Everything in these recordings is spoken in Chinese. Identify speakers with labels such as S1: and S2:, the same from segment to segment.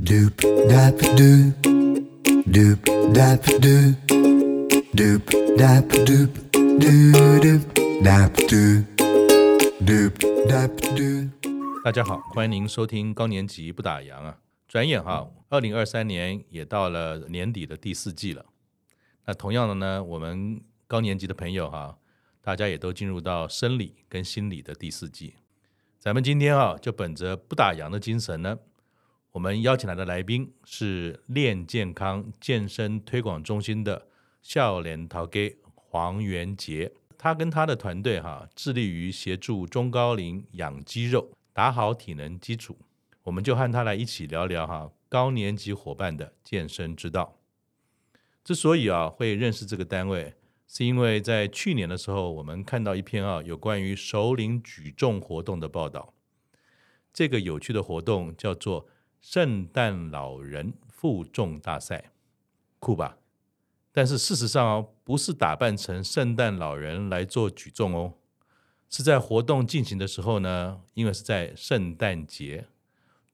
S1: Doop dap doop, doop dap doop, doop dap doop, doo doop dap doop, doop dap doop.
S2: 大家好，欢迎您收听高年级不打烊啊。转眼哈，二零二三年也到了年底的第四季了。那同样的呢，我们高年级的朋友哈，大家也都进入到生理跟心理的第四季。咱们今天啊，就本着不打烊的精神呢，我们邀请来的来宾是练健康健身推广中心的笑脸陶给黄元杰，他跟他的团队哈、致力于协助中高龄养肌肉，打好体能基础。我们就和他来一起聊聊哈、高年级伙伴的健身之道。之所以啊会认识这个单位，是因为在去年的时候，我们看到一篇啊有关于首领举重活动的报道。这个有趣的活动叫做圣诞老人负重大赛，酷吧？但是事实上哦，不是打扮成圣诞老人来做举重哦，是在活动进行的时候呢，因为是在圣诞节，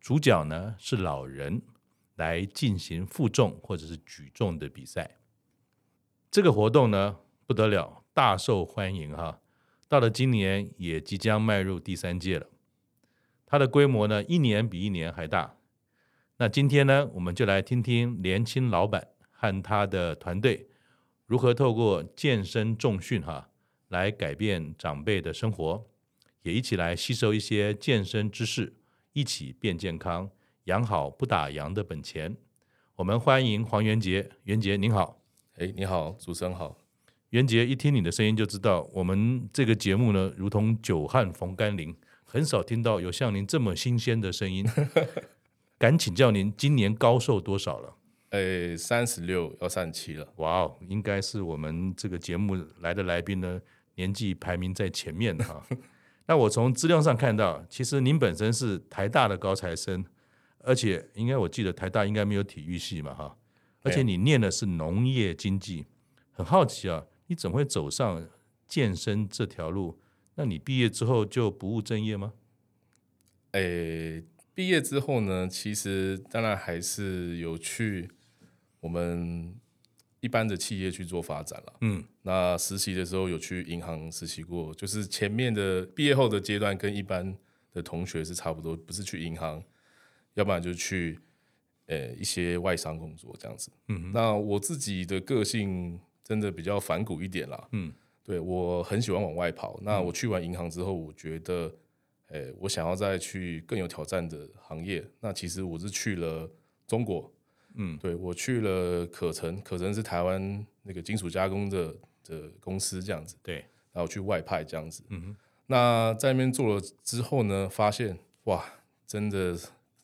S2: 主角呢是老人来进行负重或者是举重的比赛。这个活动呢不得了，大受欢迎哈。到了今年也即将迈入第三届了，它的规模呢一年比一年还大。那今天呢，我们就来听听年轻老板和他的团队如何透过健身重训哈来改变长辈的生活，也一起来吸收一些健身知识，一起变健康，养好不打烊的本钱。我们欢迎黄元杰，元杰您好。
S3: 哎，你好，主持人好。
S2: 袁杰一听你的声音就知道，我们这个节目呢，如同久旱逢甘霖，很少听到有像您这么新鲜的声音。敢请教您，今年高寿多少了？
S3: 哎，三十六要三十七了。
S2: 哇哦，应该是我们这个节目来的来宾呢，年纪排名在前面的哈。那我从资料上看到，其实您本身是台大的高材生，而且应该我记得台大应该没有体育系嘛哈，而且你念的是农业经济，很好奇啊，你怎么会走上健身这条路？那你毕业之后就不务正业吗？
S3: 哎，毕业之后呢，其实当然还是有去我们一般的企业去做发展了。
S2: 嗯，
S3: 那实习的时候有去银行实习过，就是前面的毕业后的阶段跟一般的同学是差不多，不是去银行，要不然就去呃一些外商工作这样子。嗯，那我自己的个性真的比较反骨一点啦。
S2: 嗯，
S3: 对我很喜欢往外跑。那我去完银行之后，我觉得，诶、我想要再去更有挑战的行业。那其实我是去了中国，
S2: 嗯，
S3: 对我去了可成，可成是台湾那个金属加工的的公司这样子。
S2: 对，
S3: 然后去外派这样子。嗯那在那边做了之后呢，发现哇，真的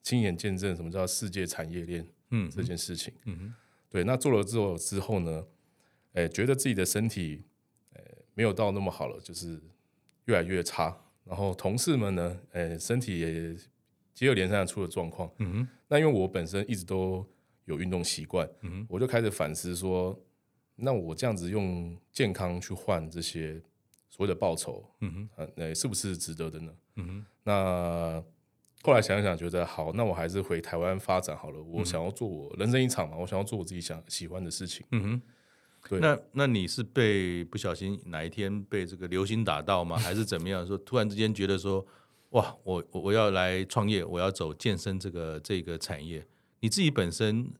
S3: 亲眼见证什么叫世界产业链，
S2: 嗯
S3: 这件事情。
S2: 嗯哼，
S3: 对，那做了之后之后呢，哎、觉得自己的身体，哎、没有到那么好了，就是越来越差。然后同事们呢，哎、身体也接二连三的出了状况。
S2: 嗯哼，
S3: 那因为我本身一直都有运动习惯，
S2: 嗯
S3: 我就开始反思说，那我这样子用健康去换这些所谓的报酬，
S2: 嗯哼，
S3: 呃，那是不是值得的呢？
S2: 嗯哼，
S3: 那后来想一想，觉得好，那我还是回台湾发展好了。我想要做我人生一场嘛，我想要做我自己想喜欢的事情。
S2: 嗯哼。
S3: 对
S2: 那那你是被不小心哪一天被这个流星打到吗？还是怎么样？说突然之间觉得说，哇，我我我要来创业，我要走健身这个这个产业。你自己本身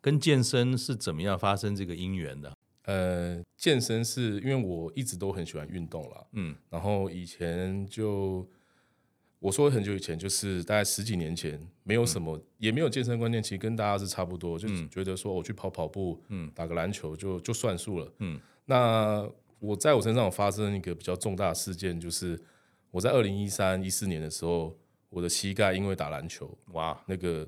S2: 跟健身是怎么样发生这个姻缘的？
S3: 呃，健身是因为我一直都很喜欢运动啦，
S2: 嗯
S3: 然后以前就我说很久以前，就是大概十几年前，没有什么，也没有健身观念，其实跟大家是差不多，就是觉得说我去跑跑步，
S2: 嗯
S3: 打个篮球就就算数了。
S2: 嗯，
S3: 那我在我身上有发生一个比较重大的事件，就是我在二零一三一四年的时候，我的膝盖因为打篮球，
S2: 哇，
S3: 那个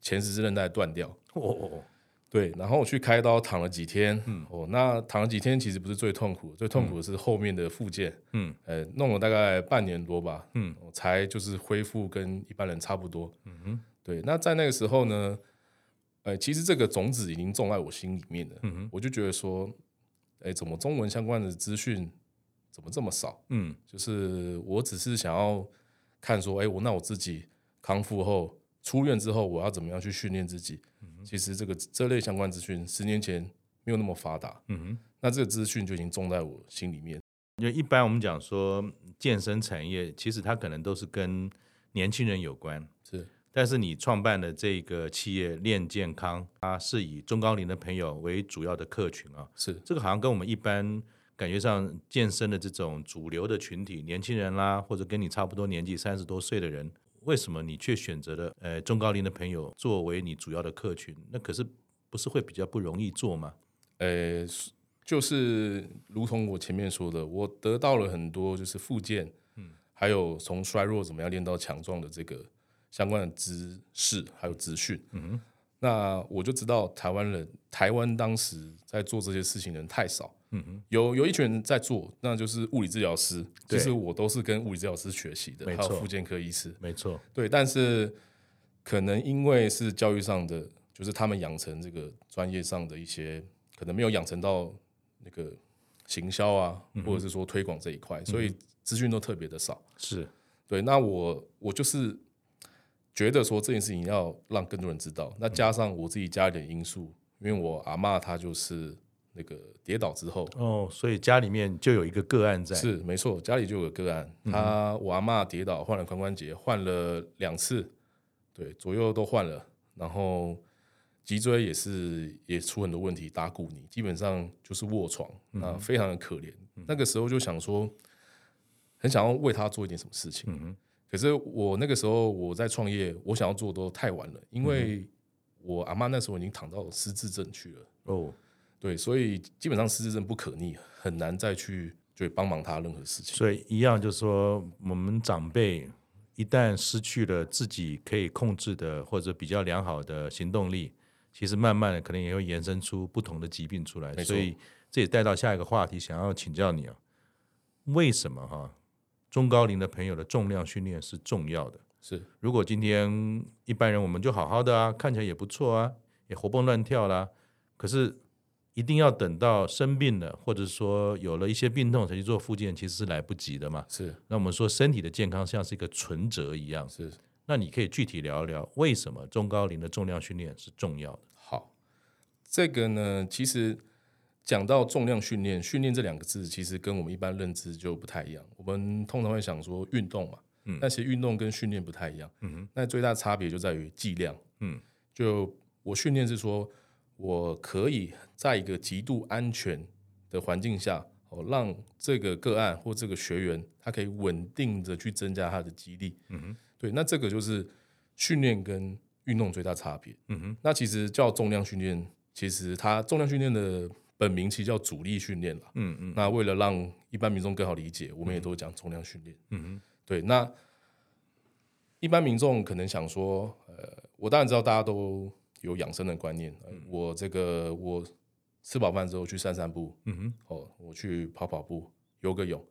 S3: 前十字韧带断掉。
S2: 哦哦哦，
S3: 对，然后我去开刀躺了几天，哦，那躺了几天其实不是最痛苦，最痛苦的是后面的复健，
S2: 嗯，
S3: 呃，弄了大概半年多吧，
S2: 嗯
S3: 我才就是恢复跟一般人差不多，嗯对，那在那个时候呢，呃，其实这个种子已经种在我心里面了，嗯我就觉得说，哎，怎么中文相关的资讯怎么这么少？
S2: 嗯
S3: 就是我只是想要看说，哎，我那我自己康复后出院之后我要怎么样去训练自己，
S2: 嗯
S3: 其实这个这类相关资讯十年前没有那么发达，
S2: 嗯哼。
S3: 那这个资讯就已经种在我心里面。
S2: 因为一般我们讲说健身产业，其实它可能都是跟年轻人有关，
S3: 是
S2: 但是你创办的这个企业练健康，它是以中高龄的朋友为主要的客群啊，
S3: 是
S2: 这个好像跟我们一般感觉上健身的这种主流的群体，年轻人啦，或者跟你差不多年纪三十多岁的人，为什么你却选择了呃中高龄的朋友作为你主要的客群？那可是不是会比较不容易做吗？
S3: 呃，就是如同我前面说的，我得到了很多就是复健，
S2: 嗯
S3: 还有从衰弱怎么样练到强壮的这个相关的知识还有资讯，嗯那我就知道台湾人，台湾当时在做这些事情的人太少，嗯有有一群人在做，那就是物理治疗师，
S2: 对
S3: 其实我都是跟物理治疗师学习的
S2: 没，
S3: 还有
S2: 错
S3: 复健科医师，
S2: 没错，
S3: 对，但是可能因为是教育上的，就是他们养成这个专业上的一些，可能没有养成到那个行销啊，或者是说推广这一块，所以资讯都特别的少。
S2: 是
S3: 对，那我我就是觉得说这件事情要让更多人知道，那加上我自己家里的因素，因为我阿嬷她就是那个跌倒之后，
S2: 哦，所以家里面就有一个个案在，
S3: 是没错，家里就有个个案，他、我阿嬷跌倒换了髋关节，换了两次，对，左右都换了，然后脊椎也是也出很多问题，打骨泥，基本上就是卧床，那非常的可怜。那个时候就想说，很想要为他做一点什么事情，可是我那个时候我在创业，我想要做都太晚了，因为我阿嬷那时候已经躺到失智症去了。
S2: 哦，
S3: 对，所以基本上失智症不可逆，很难再去就帮忙他任何事情。
S2: 所以一样就是说，我们长辈一旦失去了自己可以控制的或者比较良好的行动力，其实慢慢的可能也会延伸出不同的疾病出来。
S3: 没错
S2: 所以这也带到下一个话题，想要请教你啊，为什么哈、中高龄的朋友的重量训练是重要的？
S3: 是
S2: 如果今天一般人我们就好好的啊，看起来也不错啊，也活蹦乱跳啦，可是一定要等到生病了，或者说有了一些病痛才去做复健，其实是来不及的嘛。
S3: 是
S2: 那我们说身体的健康像是一个存折一样，
S3: 是，
S2: 那你可以具体聊一聊为什么中高龄的重量训练是重要的？
S3: 好。这个呢，其实讲到重量训练，训练这两个字其实跟我们一般认知就不太一样。我们通常会想说运动嘛，嗯，但其实运动跟训练不太一样。嗯哼，那最大差别就在于剂量。
S2: 嗯，
S3: 就我训练是说，我可以在一个极度安全的环境下，哦，让这个个案或这个学员，他可以稳定的去增加他的肌力。嗯哼，对，那这个就是训练跟运动最大差别。嗯哼，那其实叫重量训练，其实它重量训练的本名其实叫阻力训练啦。
S2: 嗯嗯，
S3: 那为了让一般民众更好理解，我们也都讲重量训练。嗯哼，对。那一般民众可能想说，呃，我当然知道大家都有养生的观念，
S2: 嗯
S3: 呃我这个我吃饱饭之后去散散步，
S2: 嗯哼，
S3: 哦，我去跑跑步、游个泳，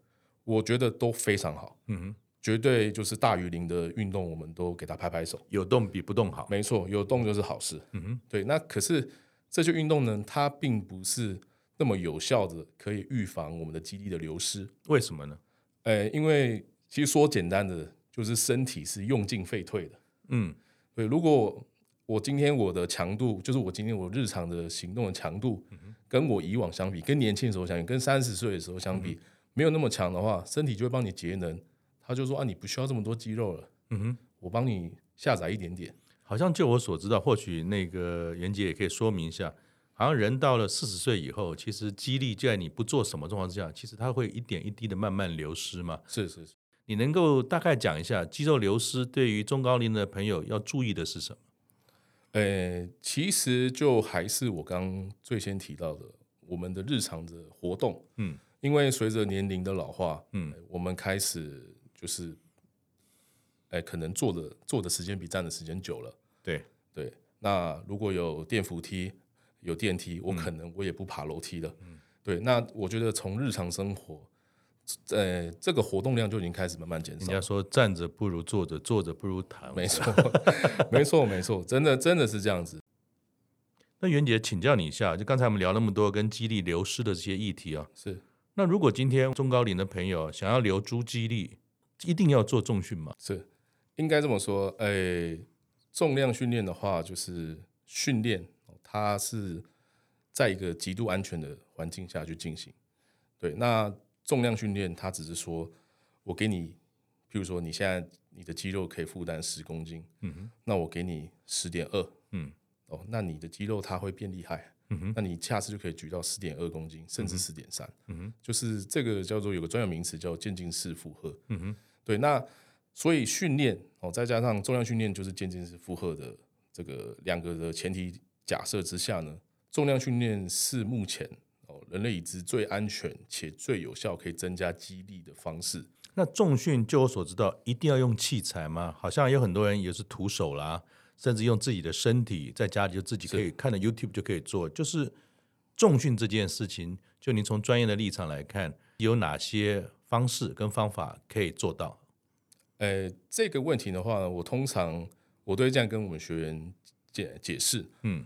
S3: 我觉得都非常好，
S2: 嗯哼，
S3: 绝对就是大于零的运动，我们都给他拍拍手。
S2: 有动比不动好。
S3: 没错，有动就是好事。
S2: 嗯哼，
S3: 对。那可是这些运动呢，它并不是那么有效的，可以预防我们的肌力的流失。
S2: 为什么呢？
S3: 呃，因为其实说简单的，就是身体是用进废退的。
S2: 嗯
S3: 对，如果我今天我的强度，就是我今天我日常的行动的强度，
S2: 嗯
S3: 跟我以往相比，跟年轻的时候相比，跟三十岁的时候相比，
S2: 嗯
S3: 没有那么强的话，身体就会帮你节能。他就说啊，你不需要这么多肌肉了，
S2: 嗯哼。
S3: 我帮你下载一点点。
S2: 好像就我所知道，或许那个袁姐也可以说明一下，好像人到了四十岁以后，其实肌力就在你不做什么状况之下，其实它会一点一滴的慢慢流失嘛。
S3: 是是是。
S2: 你能够大概讲一下肌肉流失对于中高龄的朋友要注意的是什么？
S3: 呃，其实就还是我刚最先提到的，我们的日常的活动，
S2: 嗯，
S3: 因为随着年龄的老化，
S2: 嗯
S3: 呃我们开始就是，哎、可能坐的坐的时间比站的时间久了，
S2: 对，
S3: 对。那如果有电扶梯、有电梯，
S2: 嗯
S3: 我可能我也不爬楼梯了，嗯，对。那我觉得从日常生活，呃，这个活动量就已经开始慢慢减
S2: 人
S3: 少
S2: 家。说站着不如坐着，坐着不如躺。
S3: 没错， 没错，没错，真的真的是这样子。
S2: 那袁姐，请教你一下，就刚才我们聊那么多跟肌力流失的这些议题啊，
S3: 是
S2: 那如果今天中高龄的朋友想要留住肌力，一定要做重训吗？
S3: 是，应该这么说，诶、哎重量训练的话，就是训练哦它是在一个极度安全的环境下去进行。对，那重量训练它只是说我给你，譬如说你现在你的肌肉可以负担十公斤，
S2: 嗯哼，
S3: 那我给你十点二，
S2: 嗯，
S3: 哦，那你的肌肉它会变厉害，
S2: 嗯哼，
S3: 那你下次就可以举到十点二公斤，甚至十点三，
S2: 嗯哼，
S3: 就是这个叫做有个专有名词叫渐进式负荷，
S2: 嗯哼，
S3: 对，那所以训练哦，再加上重量训练就是渐进式负荷的这个两个的前提假设之下呢，重量训练是目前哦人类已知最安全且最有效可以增加肌力的方式。
S2: 那重训，就我所知道，一定要用器材吗？好像有很多人也是徒手啦，甚至用自己的身体，在家里就自己可以看着 YouTube 就可以做。就是重训这件事情，就您从专业的立场来看，有哪些方式跟方法可以做到？
S3: 呃，这个问题的话呢，我通常我都会这样跟我们学员解解释，哦
S2: 嗯，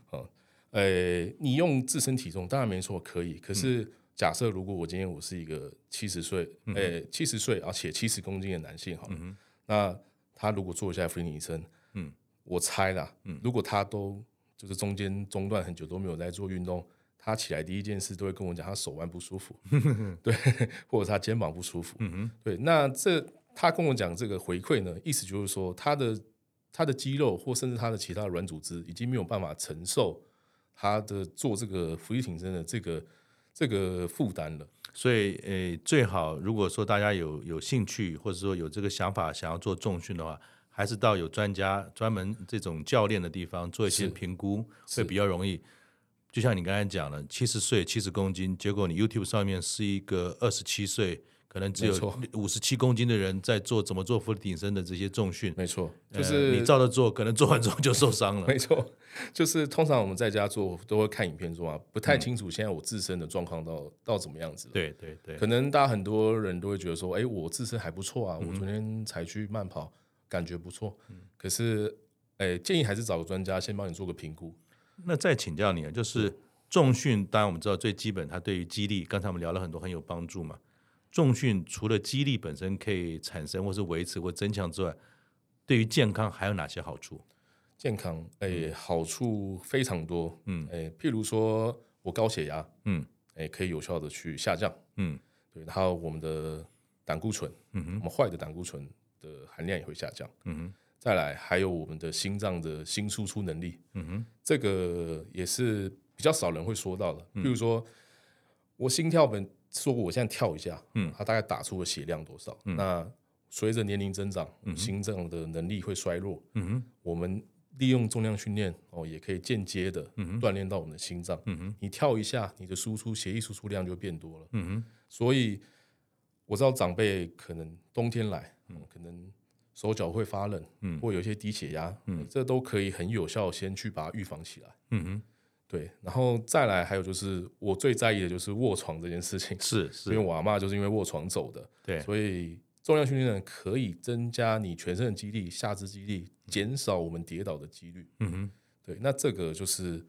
S3: 呃，你用自身体重当然没错，可以。可
S2: 嗯
S3: 是假设如果我今天我是一个七十岁，呃，七十岁而且七十公斤的男性好了，那他如果做一下俯卧撑，
S2: 嗯，
S3: 我猜啦，如果他都就是中间中断很久都没有在做运动，他起来第一件事都会跟我讲他手腕不舒 服，对，或者他肩膀不舒服，
S2: 嗯
S3: 对，那这他跟我讲这个回馈呢，意思就是说他的他的肌肉或甚至他的其他软组织已经没有办法承受他的做这个俯卧挺身的这个这个负担了。
S2: 所以，呃，最好如果说大家有有兴趣，或者说有这个想法想要做重训的话，还是到有专家专门这种教练的地方做一些
S3: 是
S2: 评估，
S3: 是
S2: 会比较容易。就像你刚才讲了，七十岁七十公斤，结果你 YouTube 上面是一个二十七岁，可能只
S3: 没
S2: 有
S3: 错
S2: 五十七公斤的人在做怎么做俯卧撑的这些重训，
S3: 没错，就
S2: 呃
S3: 是、
S2: 你照着做，可能做完之后就受伤了。
S3: 没错，就是通常我们在家做都会看影片做啊，不太清楚现在我自身的状况到到怎么样子了。
S2: 嗯对对对，
S3: 可能大家很多人都会觉得说，哎、我自身还不错啊，我
S2: 嗯
S3: 昨天才去慢跑，感觉不错。可是，哎、建议还是找个专家先帮你做个评估。
S2: 那再请教你啊，
S3: 嗯
S2: 就是重训，当然我们知道最基本，它对于肌力，刚才我们聊了很多，很有帮助嘛。重训除了肌力本身可以产生或是维持或增强之外，对于健康还有哪些好处？
S3: 健康，哎、好处非常多。
S2: 嗯
S3: 嗯，哎、譬如说我高血压，
S2: 嗯
S3: 哎、可以有效的去下降。
S2: 嗯
S3: 对，然后我们的胆固醇，
S2: 嗯
S3: 我
S2: 哼
S3: 们坏的胆固醇的含量也会下降。
S2: 嗯哼
S3: 再来，还有我们的心脏的心输出能力，
S2: 嗯哼
S3: 这个也是比较少人会说到的。
S2: 嗯
S3: 比如说，我心跳本说我现在跳一下，
S2: 嗯
S3: 嗯，它大概打出的血量多少？那随着年龄增长，心脏的能力会衰弱，
S2: 嗯哼
S3: 我们利用重量训练哦，也可以间接的锻炼到我们的心脏。
S2: 嗯哼
S3: 你跳一下，你的输出血液输出量就变多了。
S2: 嗯哼
S3: 所以我知道长辈可能冬天来，嗯，可能手脚会发冷，
S2: 嗯
S3: 嗯，或有一些低血压，嗯，这都可以很有效先去把它预防起来。
S2: 嗯哼，
S3: 对，然后再来还有就是我最在意的就是卧床这件事情，
S2: 是
S3: 因为
S2: 是，
S3: 我阿妈就是因为卧床走的，
S2: 对，
S3: 所以重量训练呢可以增加你全身的肌力、下肢肌力，减少我们跌倒的几率。
S2: 嗯哼。
S3: 对，那这个就是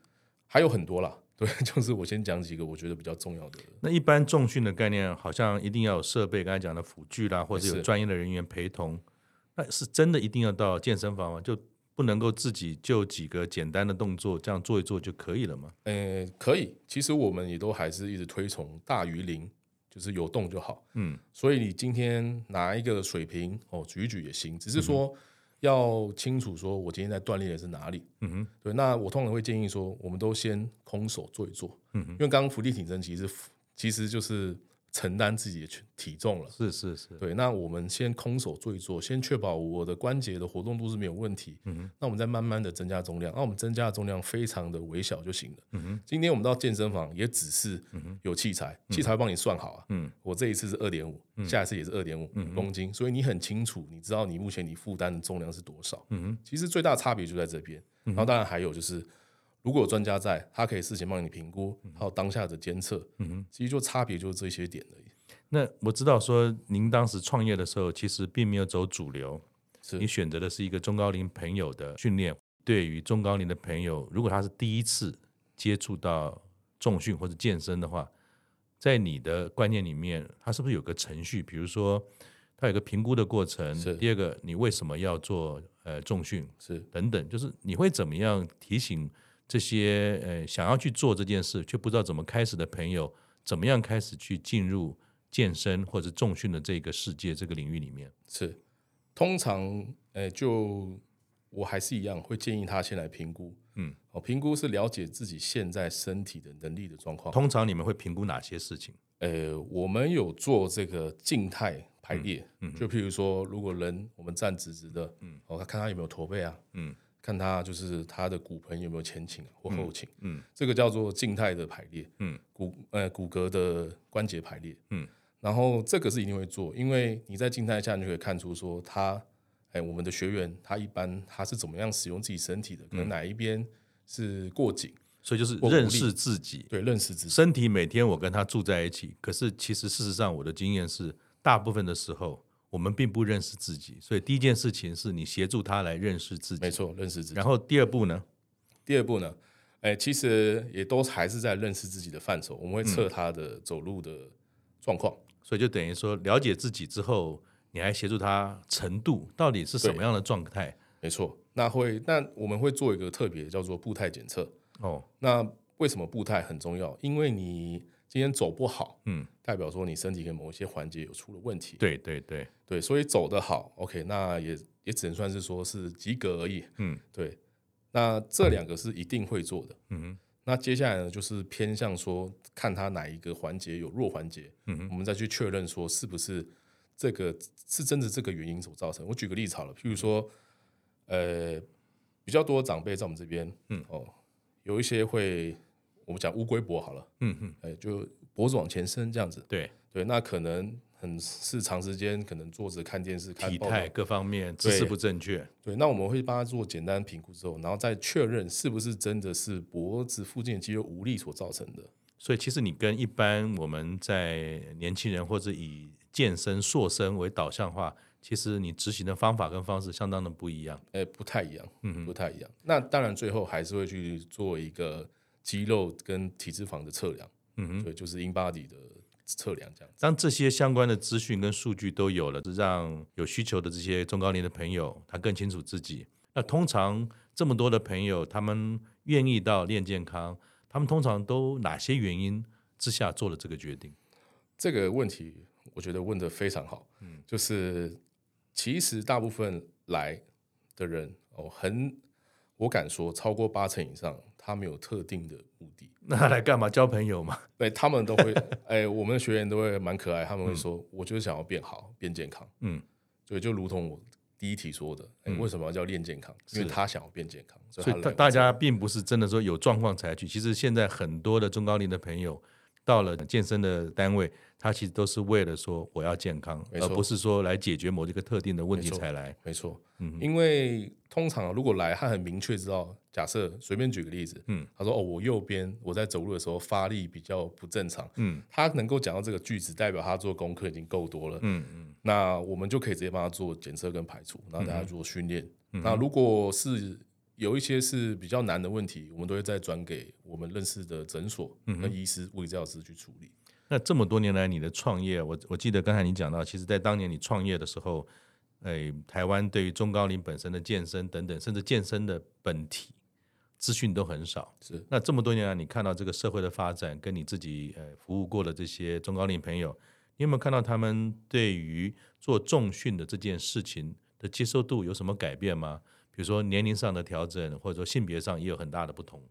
S3: 还有很多啦。对， 就是我先讲几个我觉得比较重要的。
S2: 那一般重训的概念好像一定要有设备，刚才讲的辅具啦，或者有
S3: 是
S2: 专业的人员陪同。那是真的一定要到健身房吗？就不能够自己就几个简单的动作这样做一做就可以了吗？
S3: 呃，可以，其实我们也都还是一直推崇大于零，就是有动就好。
S2: 嗯
S3: 所以你今天拿一个水平哦举一举也行，只是
S2: 嗯
S3: 说要清楚说我今天在锻炼的是哪里。
S2: 嗯哼
S3: 对，那我通常会建议说，我们都先空手做一做，
S2: 嗯哼
S3: 因为刚刚伏地挺身其实其实就是承担自己的体体重了。
S2: 是是是，
S3: 对，那我们先空手做一做，先确保我的关节的活动度是没有问题。嗯那我们再慢慢的增加重量，那我们增加的重量非常的微小就行了。
S2: 嗯哼，
S3: 今天我们到健身房也只是有器材，器材会帮你算好啊。
S2: 嗯，
S3: 我这一次是二点五，下一次也是二点五公斤，所以你很清楚，你知道你目前你负担的重量是多少。
S2: 嗯哼，嗯
S3: 其实最大差别就在这边。然后当然还有就是，如果有专家在，他可以事先帮你评估，还有当下的监测。
S2: 嗯哼，
S3: 其实就差别就是这些点而已。
S2: 那我知道说您当时创业的时候，其实并没有走主流，
S3: 是
S2: 你选择的是一个中高龄朋友的训练。对于中高龄的朋友，如果他是第一次接触到重训或者健身的话，在你的观念里面，他是不是有个程序？比如说，他有个评估的过程
S3: 是。
S2: 第二个，你为什么要做呃呃重训
S3: 是
S2: 等等，就是你会怎么样提醒这些呃想要去做这件事却不知道怎么开始的朋友，怎么样开始去进入健身或者重训的这个世界这个领域里面？
S3: 是，通常，诶、就我还是一样，会建议他先来评估，
S2: 嗯，
S3: 哦，评估是了解自己现在身体的能力的状
S2: 哦
S3: 况。
S2: 通常你们会评估哪些事情？
S3: 呃，我们有做这个静态排
S2: 嗯
S3: 列，就譬如说，如果人我们站直直的，嗯，哦，看他有没有驼背啊，
S2: 嗯，
S3: 看他就是他的骨盆有没有前倾啊或后倾，
S2: 嗯
S3: 这个叫做静态的排列，
S2: 嗯，
S3: 骨呃骨骼的关节排列，
S2: 嗯，
S3: 然后这个是一定会做，因为你在静态下你就可以看出说他，哎、我们的学员他一般他是怎么样使用自己身体的，
S2: 嗯
S3: 可能哪一边是过紧，
S2: 所以就是
S3: 我鼓励
S2: 认识自己，
S3: 对，认识自己，
S2: 身体每天我跟他住在一起，可是其实事实上我的经验是，大部分的时候我们并不认识自己，所以第一件事情是你协助他来认识自
S3: 没
S2: 己，
S3: 错，认识自己。
S2: 然后第二步呢，
S3: 第二步呢，哎、其实也都还是在认识自己的范畴，我们会测他的走路的状况。
S2: 所以就等于说了解自己之后，你还协助他程度到底是什么样的状态
S3: 没错，那会那我们会做一个特别叫做步态检测。
S2: 哦，
S3: 那为什么步态很重要？因为你今天走不好，
S2: 嗯，
S3: 代表说你身体跟某一些环节有出了问题。
S2: 对对对，
S3: 对，所以走得好，OK，那也也只能算是说是及格而已。
S2: 嗯，
S3: 对，那这两个是一定会做的。
S2: 嗯哼，
S3: 那接下来呢，就是偏向说看他哪一个环节有弱环节，
S2: 嗯哼
S3: 我们再去确认说是不是这个是真的这个原因所造成。我举个例子好了，譬如说，呃，比较多长辈在我们这边，
S2: 嗯
S3: 哦，有一些会我们讲乌龟脖好了，
S2: 嗯哼，
S3: 呃，就脖子往前伸这样子，
S2: 对，
S3: 对，那可能很是长时间可能坐着看电视、看
S2: 体
S3: 报
S2: 态
S3: 道，
S2: 各方面姿势
S3: 对
S2: 不正确，
S3: 对，那我们会帮他做简单评估之后，然后再确认是不是真的是脖子附近的肌肉无力所造成的。
S2: 所以其实你跟一般我们在年轻人或者以健身塑身为导向的话，其实你执行的方法跟方式相当的不一样。
S3: 呃，不太一样，嗯，不太一样。那当然，最后还是会去做一个肌肉跟体脂肪的测量，
S2: 嗯哼，
S3: 对，就是 in body 的测量这样子。
S2: 当这些相关的资讯跟数据都有了，是让有需求的这些中高龄的朋友他更清楚自己。那通常这么多的朋友，他们愿意到练健康，他们通常都哪些原因之下做了这个决定？
S3: 这个问题，我觉得问的非常好，嗯，就是其实大部分来的人哦，很，我敢说超过八成以上，他们有特定的目的，
S2: 那他来干嘛？交朋友嘛？
S3: 对他们都 会，哎，我们的学员都会蛮可爱，他们会说，我就是想要变好，变健康，
S2: 嗯，
S3: 对，就如同我第一题说的，哎，为什么要叫练健康？因为他想要变健康，所以
S2: 所
S3: 他
S2: 以大
S3: 来
S2: 大家并不是真的说有状况才去。其实现在很多的中高龄的朋友到了健身的单位，他其实都是为了说我要健康，
S3: 没
S2: 而
S3: 错
S2: 不是说来解决某一个特定的问题
S3: 没错
S2: 才来。嗯
S3: 没错，因为通常如果来，他很明确知道，假设随便举个例子，
S2: 嗯，
S3: 他说哦，我右边我在走路的时候发力比较不正常，
S2: 嗯
S3: 他能够讲到这个句子，代表他做功课已经够多了，
S2: 嗯嗯，
S3: 那我们就可以直接帮他做检测跟排除，然后大家做训练。
S2: 嗯
S3: 那如果是有一些是比较难的问题，我们都会再转给我们认识的诊所
S2: 嗯
S3: 跟医师、物理治疗师去处理。
S2: 那这么多年来你的创业，我我记得刚才你讲到，其实在当年你创业的时候，诶、台湾对于中高龄本身的健身等等，甚至健身的本体资讯都很少。
S3: 是
S2: 那这么多年来，你看到这个社会的发展，跟你自己呃服务过的这些中高龄朋友，你有没有看到他们对于做重训的这件事情的接受度有什么改变吗？比如说年龄上的调整，或者说性别上也有很大的不同。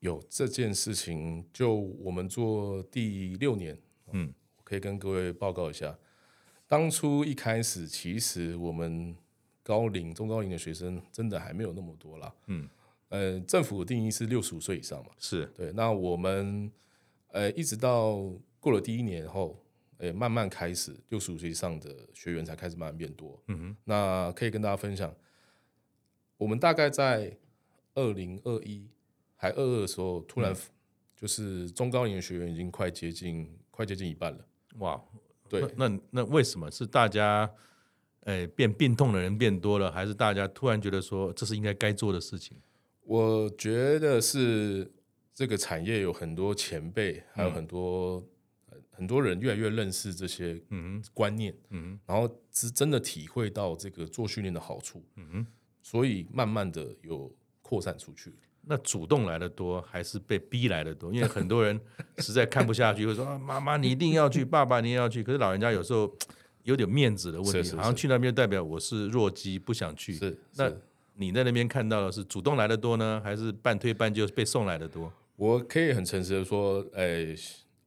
S3: 有这件事情，就我们做第六年，
S2: 嗯，
S3: 我可以跟各位报告一下，当初一开始其实我们高龄、中高龄的学生真的还没有那么多啦，
S2: 嗯，
S3: 呃，政府的定义是六十五岁以上嘛，
S2: 是，
S3: 对，那我们呃一直到过了第一年后，呃，慢慢开始六十五岁以上的学员才开始慢慢变多。
S2: 嗯哼，
S3: 那可以跟大家分享，我们大概在二零二一还二二的时候，突
S2: 嗯
S3: 然就是中高龄的学员已经快接近快接近一半了。
S2: 哇，
S3: 对，
S2: 那那那为什么是大家，呃，变病痛的人变多了，还是大家突然觉得说这是应该该做的事情？
S3: 我觉得是这个产业有很多前辈，还有很多、呃很多人越来越认识这些观念，嗯，然后是真的体会到这个做训练的好处，嗯所以慢慢的有扩散出去。
S2: 那主动来的多还是被逼来的多？因为很多 人实在看不下去，会说：“啊，妈妈你一定要去，爸爸你也要去。”可是老人家有时候有点面子的问题，
S3: 是是是
S2: 好像去那边代表我是弱鸡，不想去。
S3: 是，
S2: 那
S3: 是
S2: 你在那边看到的是主动来的多呢，还是半推半就被送来的多？
S3: 我可以很诚实的说，哎，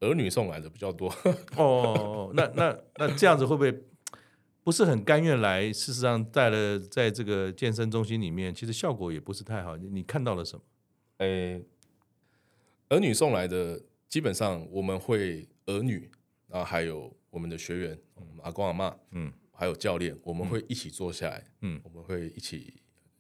S3: 儿女送来的比较多。
S2: 哦，那那那这样子会不会不是很甘愿来？事实上，在了在这个健身中心里面，其实效果也不是太好。你你看到了什么？
S3: 诶、儿女送来的基本上我们会儿女，然后还有我们的学员，我们阿公阿妈，
S2: 嗯
S3: 还有教练，我们会一起坐下来，
S2: 嗯
S3: 我们会一起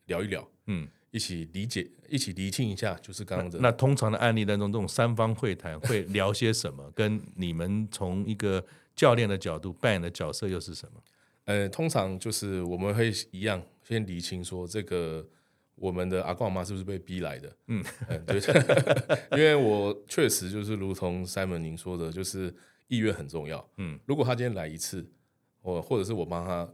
S3: 聊一聊，
S2: 嗯，
S3: 一起理解，一起厘清一下，就是刚刚的
S2: 那通常的案例当中，这种三方会谈会聊些什么？跟你们从一个教练的角度扮演的角色又是什么？
S3: 呃，通常就是我们会一样先厘清说这个我们的阿公阿妈是不是被逼来的？嗯，对， 因为我确实就是如同 Simon 您说的，就是意愿很重要。
S2: 嗯，
S3: 如果他今天来一次，我或者是我帮他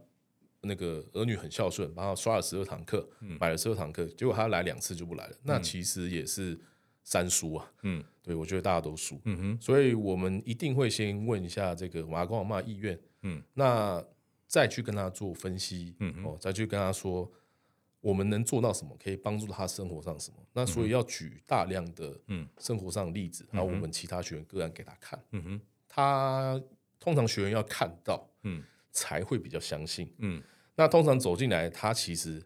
S3: 那个儿女很孝顺，帮他刷了十二堂课，
S2: 嗯
S3: 买了十二堂课，结果他来两次就不来了，那其实也是三输啊。
S2: 嗯，
S3: 对，我觉得大家都输。
S2: 嗯哼，
S3: 所以我们一定会先问一下这个我阿公阿妈意愿，
S2: 嗯，
S3: 那再去跟他做分析，
S2: 嗯哼
S3: 哦，再去跟他说我们能做到什么，可以帮助他生活上什么。那所以要举大量的
S2: 嗯
S3: 生活上的例子，还有我们其他学员个案给他看，
S2: 嗯哼，
S3: 他通常学员要看到
S2: 嗯
S3: 才会比较相信。
S2: 嗯
S3: 那通常走进来，他其实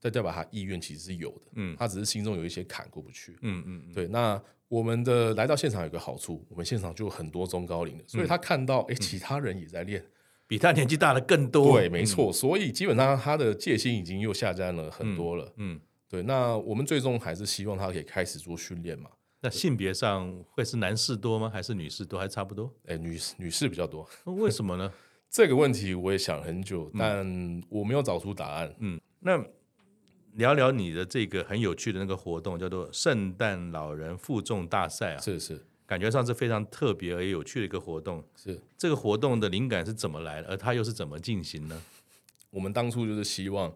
S3: 代代表他意愿其实是有的，
S2: 嗯
S3: 他只是心中有一些坎过不去，
S2: 嗯嗯，
S3: 对，那我们的来到现场有个好处，我们现场就有很多中高
S2: 嗯
S3: 龄的，所以他看到哎、诶其他人也在练，
S2: 比他年纪大的更多。
S3: 对，没错，所以基本上他的戒心已经又下降了很多了。
S2: 嗯，
S3: 对，那我们最终还是希望他可以开始做训练嘛。
S2: 那性别上会是男士多吗？还是女士多？还差不多？
S3: 哎、女女士比较多，
S2: 为什么呢？
S3: 这个问题我也想很久，
S2: 嗯
S3: 但我没有找出答案。
S2: 那聊聊你的这个很有趣的那个活动，叫做圣诞老人负重大赛啊，
S3: 是是
S2: 感觉上是非常特别而有趣的一个活动。
S3: 是，
S2: 这个活动的灵感是怎么来的，而它又是怎么进行呢？
S3: 我们当初就是希望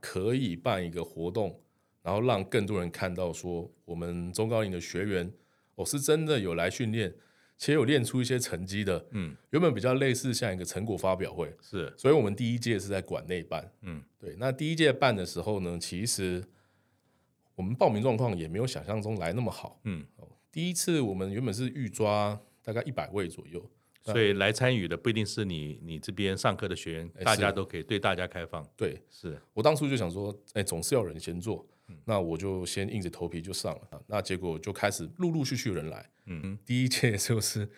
S3: 可以办一个活动，然后让更多人看到说，我们中高龄的学员哦是真的有来训练，且有练出一些成绩的。
S2: 嗯，
S3: 原本比较类似像一个成果发表会，
S2: 是，
S3: 所以我们第一届是在馆内办。
S2: 嗯，
S3: 对。那第一届办的时候呢，其实我们报名状况也没有想象中来那么好。哦
S2: 嗯，
S3: 第一次我们原本是预抓大概一百位左右，
S2: 所以来参与的不一定是你你这边上课的学员，
S3: 哎
S2: 大家
S3: 是
S2: 都可以对大家开放。
S3: 对，
S2: 是，
S3: 我当初就想说，哎、总是要有人先做，那我就先硬着头皮就上了。那结果就开始陆陆续续有人来，
S2: 嗯，
S3: 第一届就是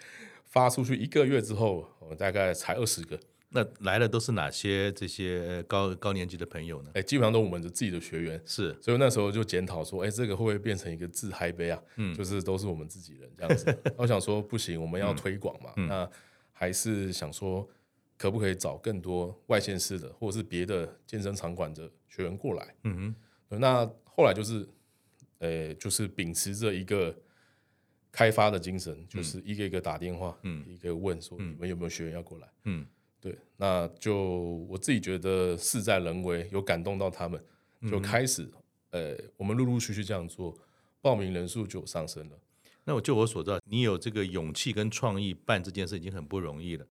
S3: 发出去一个月之后，我大概才二十个，
S2: 那来的都是哪些这些高高年级的朋友呢
S3: 哎、？基本上都我们的自己的学员。
S2: 是，
S3: 所以那时候就检讨说，哎、这个会不会变成一个自嗨杯啊？嗯，就是都是我们自己人这样子。我想说不行，我们
S2: 嗯
S3: 要推广嘛，那还是想说，可不可以找更多外县市的或者是别的健身场馆的学员过来？
S2: 嗯
S3: 对那后来就是，呃，就是秉持着一个开发的精神，就是一个一个打电话，
S2: 嗯
S3: 一个问说你们有没有学员要过来？
S2: 哼，嗯
S3: 对，那就我自己觉得事在人为，有感动到他们，
S2: 嗯
S3: 就开始，呃，我们陆陆续续这样做，报名人数就有上升了。
S2: 那我就我所知道，你有这个勇气跟创意办这件事已经很不容易了。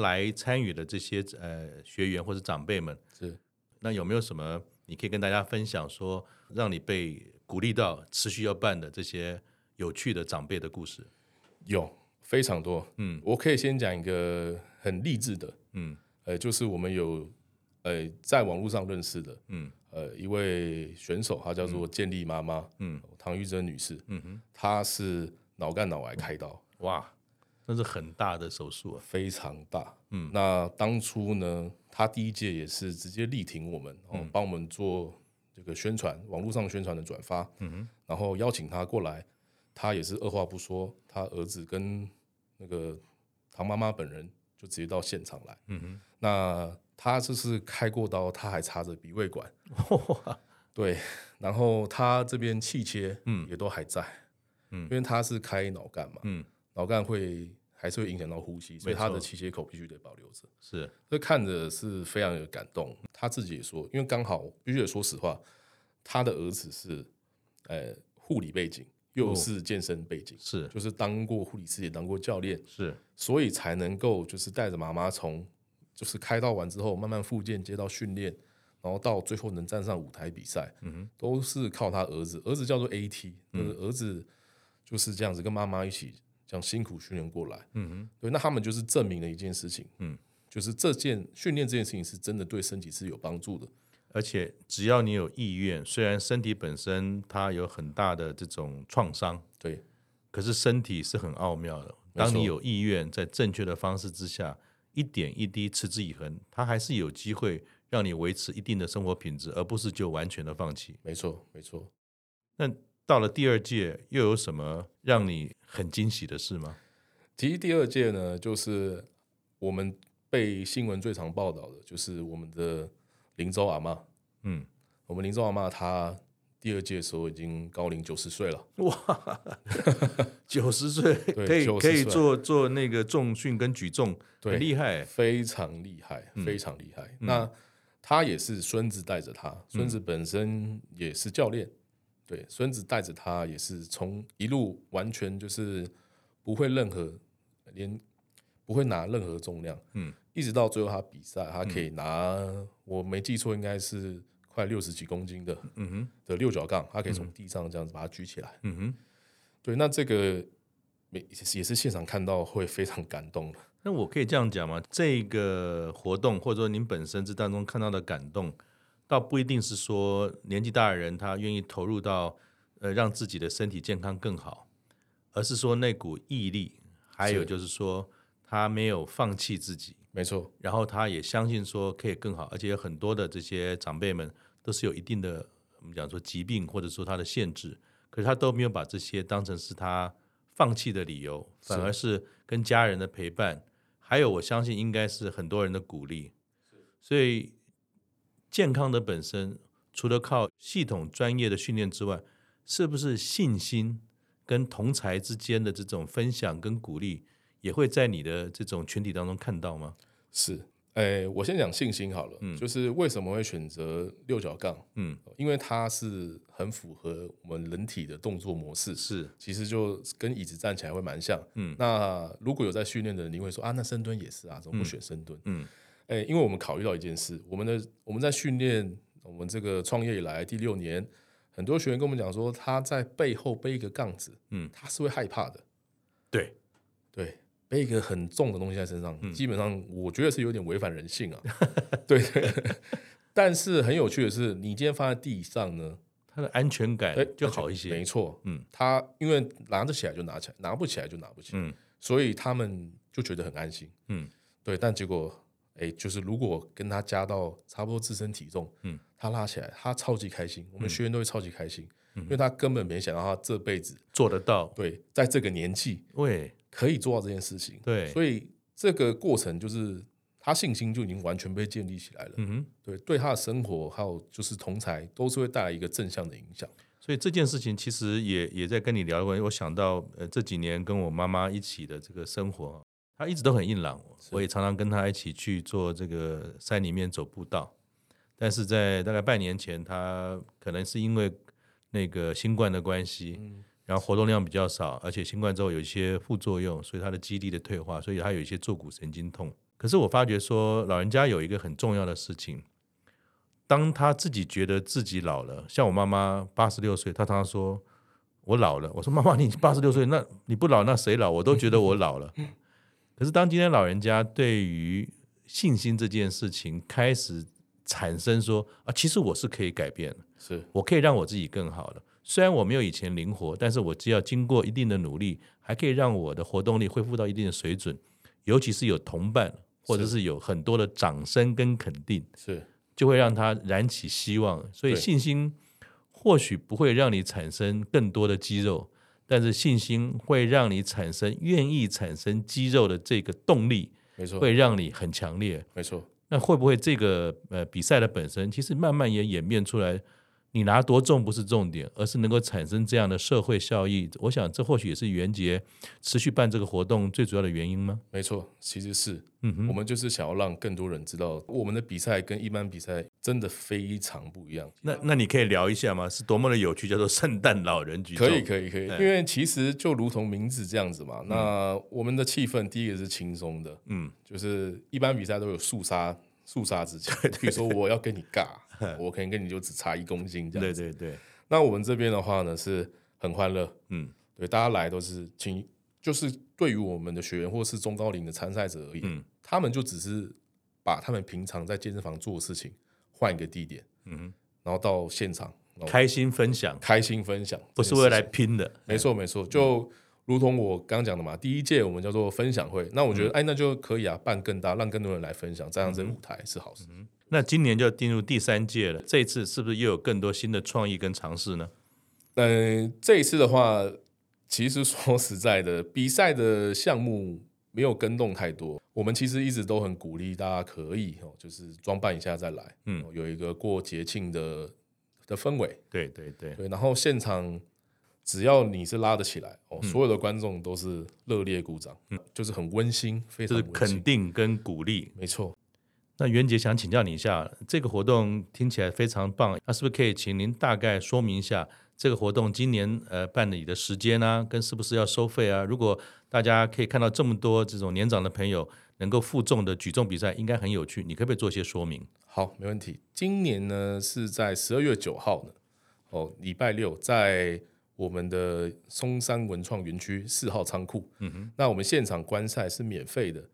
S2: 来参与的这些呃学员或者长辈们，
S3: 是，
S2: 那有没有什么你可以跟大家分享说，让你被鼓励到持续要办的这些有趣的长辈的故事？
S3: 有非常多，
S2: 嗯，
S3: 我可以先讲一个很励志的，
S2: 嗯
S3: 呃，就是我们有呃在网络上认识的，
S2: 嗯
S3: 呃，一位选手，她叫做建立妈妈，
S2: 嗯
S3: 唐玉珍女士，
S2: 嗯哼，嗯
S3: 她是脑干脑癌开刀，
S2: 哇，那是很大的手术啊！
S3: 非常大。
S2: 嗯，
S3: 那当初呢，她第一届也是直接力挺我们，
S2: 嗯
S3: 哦，帮我们做这个宣传，网络上宣传的转发，嗯哼，然后邀请她过来，她也是二话不说，她儿子跟那个唐妈妈本人就直接到现场来，
S2: 嗯哼，
S3: 那她就是开过刀，她还插着鼻胃管，对，然后他这边气切，嗯，也都还在，
S2: 嗯
S3: 因为他是开脑干嘛，
S2: 嗯，
S3: 脑干会还是会影响到呼吸，所以
S2: 没
S3: 他
S2: 错
S3: 的气切口必须得保留着。
S2: 是
S3: 这看着是非常有感动，他自己也说，因为刚好必须得说实话，他的儿子是呃护理背景，又是健身背景，
S2: 是
S3: 就是当过护理师，也当过教练，
S2: 是
S3: 所以才能够就是带着妈妈从就是开刀完之后慢慢复健，接到训练，然后到最后能站上舞台比赛，嗯都是靠他儿子，儿子叫做 AT，就是儿子就是这样子跟妈妈一起这样辛苦训练过来，嗯哼，对，那他们就是证明了一件事情，
S2: 嗯，
S3: 就是这件训练这件事情是真的对身体是有帮助的，
S2: 而且只要你有意愿，虽然身体本身它有很大的这种创伤，
S3: 对，
S2: 可是身体是很奥妙的。
S3: 没错
S2: 当你有意愿，在正确的方式之下，一点一滴持之以恒，它还是有机会让你维持一定的生活品质，而不是就完全的放弃。
S3: 没错，没错。
S2: 那到了第二届，又有什么让你很惊喜的事吗？
S3: 其实第二届呢，就是我们被新闻最常报道的，就是我们的林州阿嬷。
S2: 嗯，
S3: 我们林州阿嬷她第二届的时候已经高龄九十岁了，
S2: 九十岁
S3: 对
S2: 可以
S3: 90
S2: 可以
S3: 岁
S2: 做做那个重训跟举重，
S3: 对
S2: 很厉害。
S3: 非常厉害，
S2: 嗯
S3: 非常厉害。那她也是孙子带着
S2: 嗯
S3: 她，孙子本身也是教练，对，孙子带着她也是从一路完全就是不会任何连不会拿任何重量，
S2: 嗯，
S3: 一直到最后她比赛，她可以拿，我没记错应该是快六十几公斤的
S2: 嗯哼，
S3: 的六角杠，她可以从地上这样子把它举起来。
S2: 嗯哼。
S3: 对，那这个也是也是现场看到会非常感动的。
S2: 那我可以这样讲吗？这个活动或者说您本身这当中看到的感动，倒不一定是说年纪大的人他愿意投入到呃让自己的身体健康更好，而是说那股毅力，还有
S3: 是
S2: 就是说他没有放弃自己，
S3: 没错，
S2: 然后他也相信说可以更好，而且有很多的这些长辈们都是有一定的我们讲说疾病或者说他的限制，可是他都没有把这些当成是他放弃的理由，反而是跟家人的陪伴，还有我相信应该是很多人的鼓励，所以健康的本身除了靠系统专业的训练之外，是不是信心跟同才之间的这种分享跟鼓励，也会在你的这种群体当中看到吗？
S3: 是。诶，我先讲信心好了，就是为什么会选择六角杠，哦
S2: 嗯，
S3: 因为它是很符合我们人体的动作模式，
S2: 是
S3: 其实就跟椅子站起来会蛮像。嗯，那如果有在训练的人，你会说啊，那深蹲也是啊，怎么不选深蹲？
S2: 嗯，
S3: 哎、因为我们考虑到一件事，我们的我们在训练，我们这个创业以来第六年，很多学员跟我们讲说，他在背后背一个杠子，
S2: 嗯，
S3: 他是会害怕的。
S2: 对，
S3: 对，背一个很重的东西在身上，
S2: 嗯
S3: 基本上我觉得是有点违反人性啊。 对，但是很有趣的是，你今天放在地上呢，
S2: 他的安全感
S3: 哎，
S2: 就好一些。
S3: 没错，
S2: 嗯
S3: 嗯，他因为拿得起来就拿起来，拿不起来就拿不起来，
S2: 嗯
S3: 所以他们就觉得很安心，
S2: 嗯
S3: 嗯，对。但结果，哎，就是如果跟他加到差不多自身体重，
S2: 嗯
S3: 嗯，他拉起来，他超级开心，我们学员都会超级开心，
S2: 嗯
S3: 因为他根本没想到他这辈子
S2: 做得到。
S3: 对在这个年纪
S2: 喂，
S3: 可以做到这件事情，
S2: 对，
S3: 所以这个过程就是他信心就已经完全被建立起来了，
S2: 嗯哼，
S3: 对，对他的生活还有就是同才都是会带来一个正向的影响，
S2: 所以这件事情其实也也在跟你聊过。我想到呃这几年跟我妈妈一起的这个生活，她一直都很硬朗，我也常常跟她一起去做这个山里面走步道。但是在大概半年前，她可能是因为那个新冠的关系，
S3: 嗯
S2: 然后活动量比较少，而且新冠之后有一些副作用，所以他的肌力的退化，所以他有一些坐骨神经痛。可是我发觉说，老人家有一个很重要的事情，当他自己觉得自己老了，像我妈妈八十六岁，她常常说我老了。我说妈妈，你八十六岁，那你不老，那谁老？我都觉得我老了。可是当今天老人家对于信心这件事情开始产生说啊，其实我是可以改变的。
S3: 是
S2: 我可以让我自己更好了。虽然我没有以前灵活，但是我只要经过一定的努力，还可以让我的活动力恢复到一定的水准，尤其是有同伴或者是有很多的掌声跟肯定，
S3: 是。
S2: 就会让他燃起希望。所以
S3: 对
S2: 信心或许不会让你产生更多的肌肉，但是信心会让你产生愿意产生肌肉的这个动力，
S3: 没错，
S2: 会让你很强烈。
S3: 没错，
S2: 那会不会这个呃比赛的本身，其实慢慢也演变出来，你拿多重不是重点，而是能够产生这样的社会效益。我想这或许也是袁杰持续办这个活动最主要的原因吗？
S3: 没错，其实是
S2: 嗯
S3: 我
S2: 哼，
S3: 们就是想要让更多人知道，我们的比赛跟一般比赛真的非常不一样。
S2: 那那你可以聊一下吗？是多么的有趣，叫做圣诞老人举
S3: 可以，
S2: 以，
S3: 可以，可以，
S2: 对
S3: 因为其实就如同名字这样子嘛。那我们的气氛，第一个是轻松的，
S2: 嗯，
S3: 就是一般比赛都有肃杀肃杀之前，比如说我要跟你 尬，我可能跟你就只差一公斤这样
S2: 对
S3: 子。
S2: 对对，
S3: 那我们这边的话呢，是很欢乐，
S2: 嗯
S3: 对，大家来都是请，就是对于我们的学员或是中高龄的参赛者而言，
S2: 嗯
S3: 他们就只是把他们平常在健身房做的事情换一个地点，
S2: 嗯
S3: 然后到现场，
S2: 哼，
S3: 然后
S2: 开心分享，
S3: 哦开心分享，
S2: 不是为了
S3: 这件事
S2: 来
S3: 情
S2: 拼的，
S3: 没错，没错，就如同我刚讲的嘛，第一届我们叫做分享会，那我觉得，
S2: 嗯
S3: 哎，那就可以啊，办更大，让更多人来分享，这样子的舞台是好事。
S2: 那今年就进入第三届了，这一次是不是又有更多新的创意跟尝试呢？
S3: 嗯、这一次的话，其实说实在的，比赛的项目没有跟动太多，我们其实一直都很鼓励大家可以哦，就是装扮一下再来，
S2: 嗯
S3: 嗯，有一个过节庆的的氛围，
S2: 对对对，
S3: 对，然后现场只要你是拉得起来哦，
S2: 嗯
S3: 所有的观众都是热烈鼓掌，就是很温馨，非
S2: 就
S3: 常
S2: 是
S3: 温馨
S2: 肯。定跟鼓励。
S3: 没错，
S2: 那袁杰想请教你一下，这个活动听起来非常棒，那是不是可以请您大概说明一下这个活动今年呃办理的时间啊，跟是不是要收费啊？如果大家可以看到这么多这种年长的朋友能够负重的举重比赛，应该很有趣，你可不可以做些说明？
S3: 好，没问题。今年呢是在十二月九号呢，哦，礼拜六在我们的松山文创园区四号仓库。嗯哼，那我们现场观赛是免费的。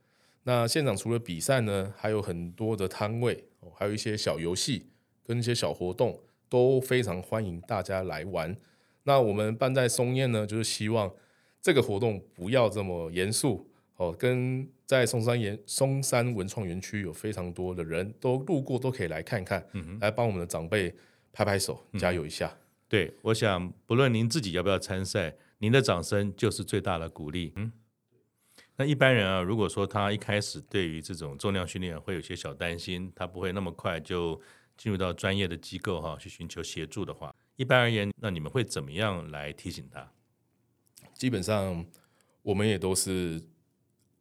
S3: 那现场除了比赛呢，还有很多的摊位，哦、还有一些小游戏跟一些小活动，都非常欢迎大家来玩。那我们办在松烟呢，就是希望这个活动不要这么严肃哦，跟在松山园松山文创园区有非常多的人都路过都可以来看看，来帮我们的长辈拍拍手，加油一下。
S2: 对，我想不论您自己要不要参赛，您的掌声就是最大的鼓励。嗯，那一般人啊，如果说他一开始对于这种重量训练会有些小担心，他不会那么快就进入到专业的机构哈、去寻求协助的话，一般而言，那你们会怎么样来提醒他？
S3: 基本上我们也都是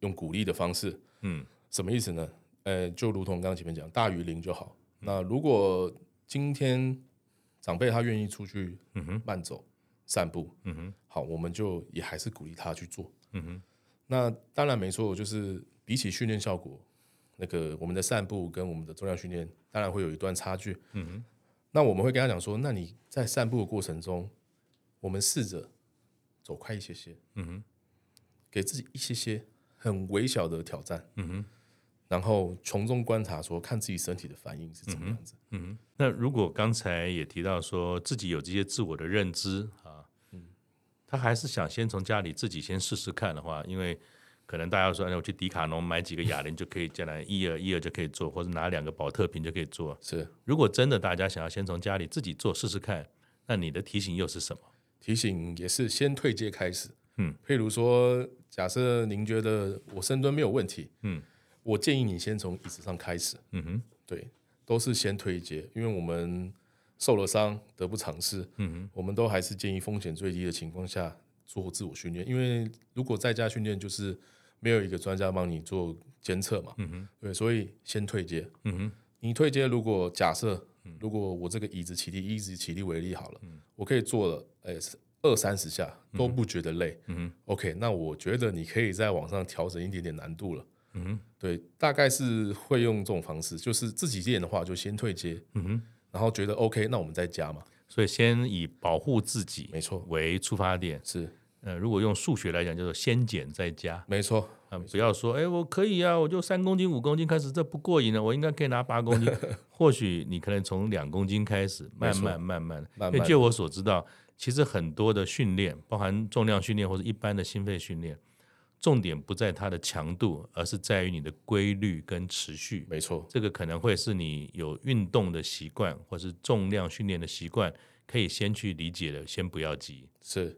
S3: 用鼓励的方式，
S2: 嗯
S3: 什么意思呢？呃，就如同刚刚前面讲，大于零就好。
S2: 嗯
S3: 那如果今天长辈他愿意出去
S2: 嗯哼
S3: 慢走、散步，
S2: 嗯哼
S3: 好，我们就也还是鼓励他去做。
S2: 嗯哼
S3: 那当然没错，就是比起训练效果，那个我们的散步跟我们的重量训练，当然会有一段差距。
S2: 嗯哼，
S3: 那我们会跟他讲说，那你在散步的过程中，我们试着走快一些些，
S2: 嗯哼
S3: 给自己一些些很微小的挑战，
S2: 嗯哼
S3: 然后从中观察说，看自己身体的反应是怎么样子。
S2: 嗯哼。那如果刚才也提到说自己有这些自我的认知啊，
S3: 嗯
S2: 他还是想先从家里自己先试试看的话，因为可能大家说，哎，我去迪卡侬买几个哑铃就可以进来，一二一二就可以做，或者拿两个保特瓶就可以做。
S3: 是
S2: 如果真的大家想要先从家里自己做试试看，那你的提醒又是什么？
S3: 提醒也是先退阶开始，
S2: 嗯，
S3: 譬如说，假设您觉得我深蹲没有问题，
S2: 嗯，
S3: 我建议你先从椅子上开始，
S2: 嗯哼，
S3: 对，都是先退阶，因为我们受了伤，得不偿失。
S2: 嗯哼，
S3: 我们都还是建议风险最低的情况下做自我训练，因为如果在家训练，就是没有一个专家帮你做监测嘛。
S2: 嗯哼，
S3: 对，所以先退阶。
S2: 嗯哼，嗯
S3: 你退阶，如果假设，如果我这个椅子起立，以椅子起立为例好了，我可以做了，哎、二三十下都不觉得累。
S2: 嗯哼，
S3: OK，那我觉得你可以在网上调整一点点难度了。
S2: 嗯哼，
S3: 对，大概是会用这种方式，就是自己练的话就先退阶，
S2: 嗯哼。
S3: 然后觉得 OK，那我们再加嘛。
S2: 所以先以保护自己
S3: 没错，
S2: 为出发点。
S3: 是
S2: 呃，如果用数学来讲，叫做先减再加。
S3: 没错，
S2: 啊，不要说，哎，我可以啊，我就三公斤、五公斤开始，这不过瘾了，啊我应该可以拿八公 斤。或许你可能从两公斤开始，慢
S3: 错
S2: 慢慢慢。
S3: 慢
S2: 因为
S3: 慢
S2: 就我所知道，其实很多的训练，包含重量训练或者一般的心肺训练，重点不在它的强度，而是在于你的规律跟持续。
S3: 没错，
S2: 这个可能会是你有运动的习惯，或是重量训练的习惯，可以先去理解的，先不要急。
S3: 是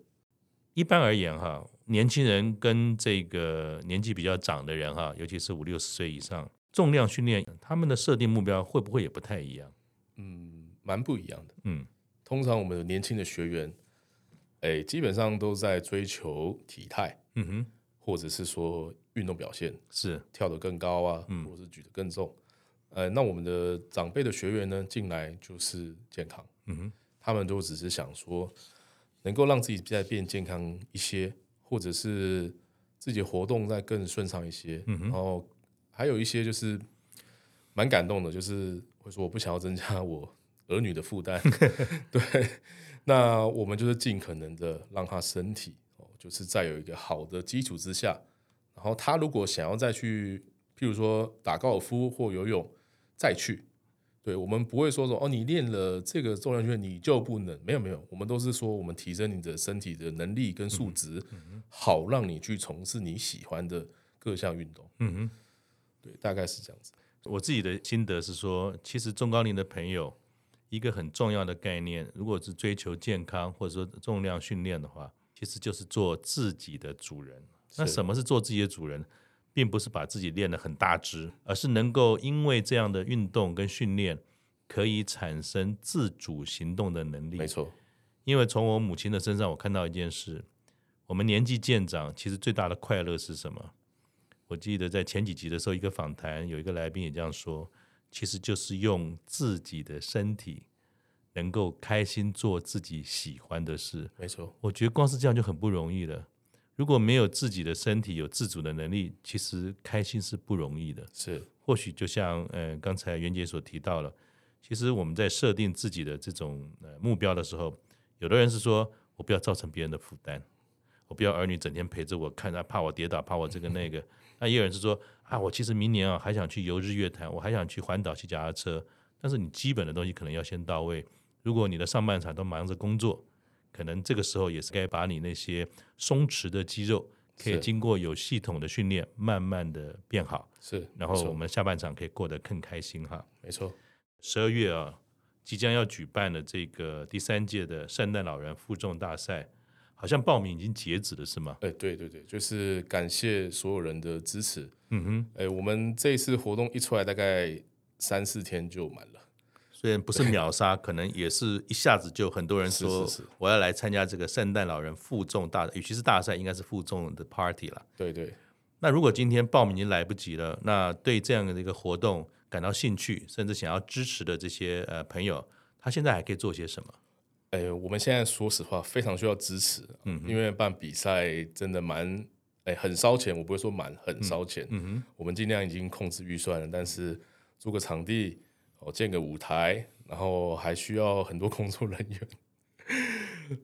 S2: 一般而言哈，年轻人跟这个年纪比较长的人哈，尤其是五六十岁以上，重量训练他们的设定目标会不会也不太一样？
S3: 嗯，蛮不一样的。
S2: 嗯
S3: 通常我们的年轻的学员，哎，基本上都在追求体态，
S2: 嗯哼，
S3: 或者是说运动表现，
S2: 是
S3: 跳得更高啊，
S2: 嗯
S3: 或者是举得更重。呃，那我们的长辈的学员呢，进来就是健康，
S2: 嗯哼，
S3: 他们都只是想说，能够让自己再变健康一些，或者是自己的活动再更顺畅一些。嗯、然后还有一些就是蛮感动的，就是会说我不想要增加我儿女的 负担。对，那我们就是尽可能的让他身体哦，就是在有一个好的基础之下，然后他如果想要再去，譬如说打高尔夫或游泳，再去。对，我们不会说说哦，你练了这个重量训练你就不能，没有没有，我们都是说我们提升你的身体的能力跟素质，
S2: 嗯
S3: 好让你去从事你喜欢的各项运动。
S2: 嗯哼。
S3: 对，大概是这样子。
S2: 我自己的心得是说，其实中高龄的朋友一个很重要的概念，如果是追求健康或者说重量训练的话，其实就是做自己的主人。那什么是做自己的主人？并不是把自己练得很大只，而是能够因为这样的运动跟训练，可以产生自主行动的能力。
S3: 没错，
S2: 因为从我母亲的身上，我看到一件事：我们年纪渐长，其实最大的快乐是什么？我记得在前几集的时候，一个访谈，有一个来宾也这样说，其实就是用自己的身体，能够开心做自己喜欢的事。
S3: 没错，
S2: 我觉得光是这样就很不容易了。如果没有自己的身体有自主的能力，其实开心是不容易的。
S3: 是
S2: 或许就像呃刚才袁姐所提到了，其实我们在设定自己的这种呃目标的时候，有的人是说我不要造成别人的负担，我不要儿女整天陪着我看，他怕我跌倒，怕我这个那个。那也有人是说啊，我其实明年啊还想去游日月潭，我还想去环岛骑脚踏车，但是你基本的东西可能要先到位。如果你的上半场都忙着工作，可能这个时候也是该把你那些松弛的肌肉，可以
S3: 是
S2: 经过有系统的训练，慢慢的变好。
S3: 是，
S2: 然后我们下半场可以过得更开心哈。
S3: 没错，
S2: 十二月啊，即将要举办的这个第三届的圣诞老人负重大赛，好像报名已经截止了是吗？
S3: 哎、对对对，就是感谢所有人的支持。
S2: 嗯哼，
S3: 哎、我们这次活动一出来，大概三四天就满了。
S2: 虽然不是秒杀，可能也是一下子就很多人说
S3: 是是是
S2: 我要来参加这个圣诞老人负重大，与其是大赛，应该是负重的 party 了。
S3: 对对，
S2: 那如果今天报名已经来不及了，那对这样的一个活动感到兴趣，甚至想要支持的这些呃朋友，他现在还可以做些什么？
S3: 哎、我们现在说实话非常需要支持，嗯，因为办比赛真的蛮，哎、很烧钱，我不会说蛮，很烧钱，嗯哼，我们尽量已经控制预算了，但是租个场地，哦，建个舞台，然后还需要很多 工作人员，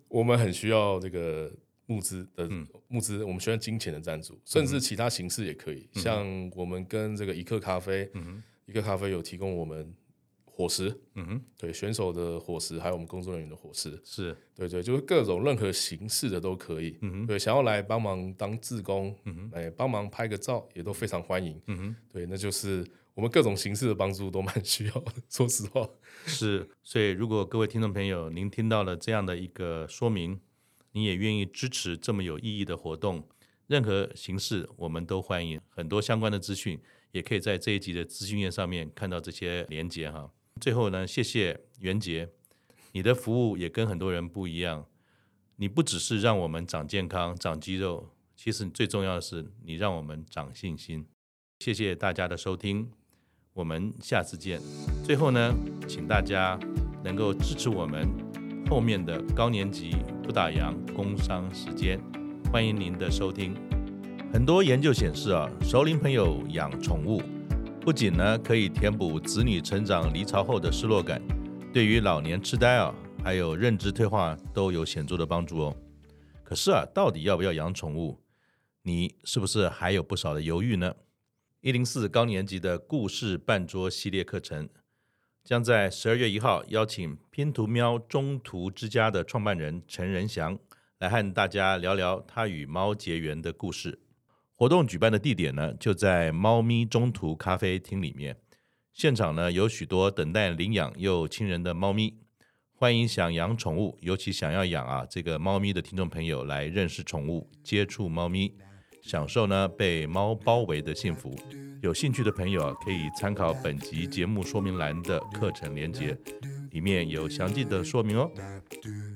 S3: 我们很需要这个募资的、募资，我们需要金钱的赞助，甚至其他形式也可以，像我们跟这个一克咖啡，嗯哼，一克咖啡有提供我们伙食，
S2: 嗯哼，
S3: 对选手的伙食，还有我们工作人员的伙食，
S2: 是
S3: 对对，就是各种任何形式的都可以。嗯对，想要来帮忙当志工，嗯来帮忙拍个照也都非常欢迎。嗯对，那就是我们各种形式的帮助都蛮需要的。说实话，
S2: 是，所以如果各位听众朋友，您听到了这样的一个说明，你也愿意支持这么有意义的活动，任何形式我们都欢迎。很多相关的资讯也可以在这一集的资讯页上面看到这些连接哈。最后呢，谢谢袁杰，你的服务也跟很多人不一样，你不只是让我们长健康、长肌肉，其实最重要的是你让我们长信心。谢谢大家的收听，我们下次见。最后呢，请大家能够支持我们后面的高年级不打烊工商时间，欢迎您的收听。很多研究显示啊，熟龄朋友养宠物，不仅呢可以填补子女成长离巢后的失落感，对于老年痴呆啊，还有认知退化都有显著的帮助哦。可是啊，到底要不要养宠物？你是不是还有不少的犹豫呢？一零四高年级的故事半桌系列课程，将在十二月一号邀请拼图喵中途之家的创办人陈仁祥来和大家聊聊他与猫结缘的故事。活动举办的地点呢，就在猫咪中途咖啡厅里面。现场呢有许多等待领养又亲人的猫咪，欢迎想养宠物，尤其想要养啊这个猫咪的听众朋友来认识宠物，接触猫咪，享受呢被猫包围的幸福。有兴趣的朋友啊，可以参考本集节目说明栏的课程连结，
S4: 里面有详细的说明哦。哦
S2: dap doo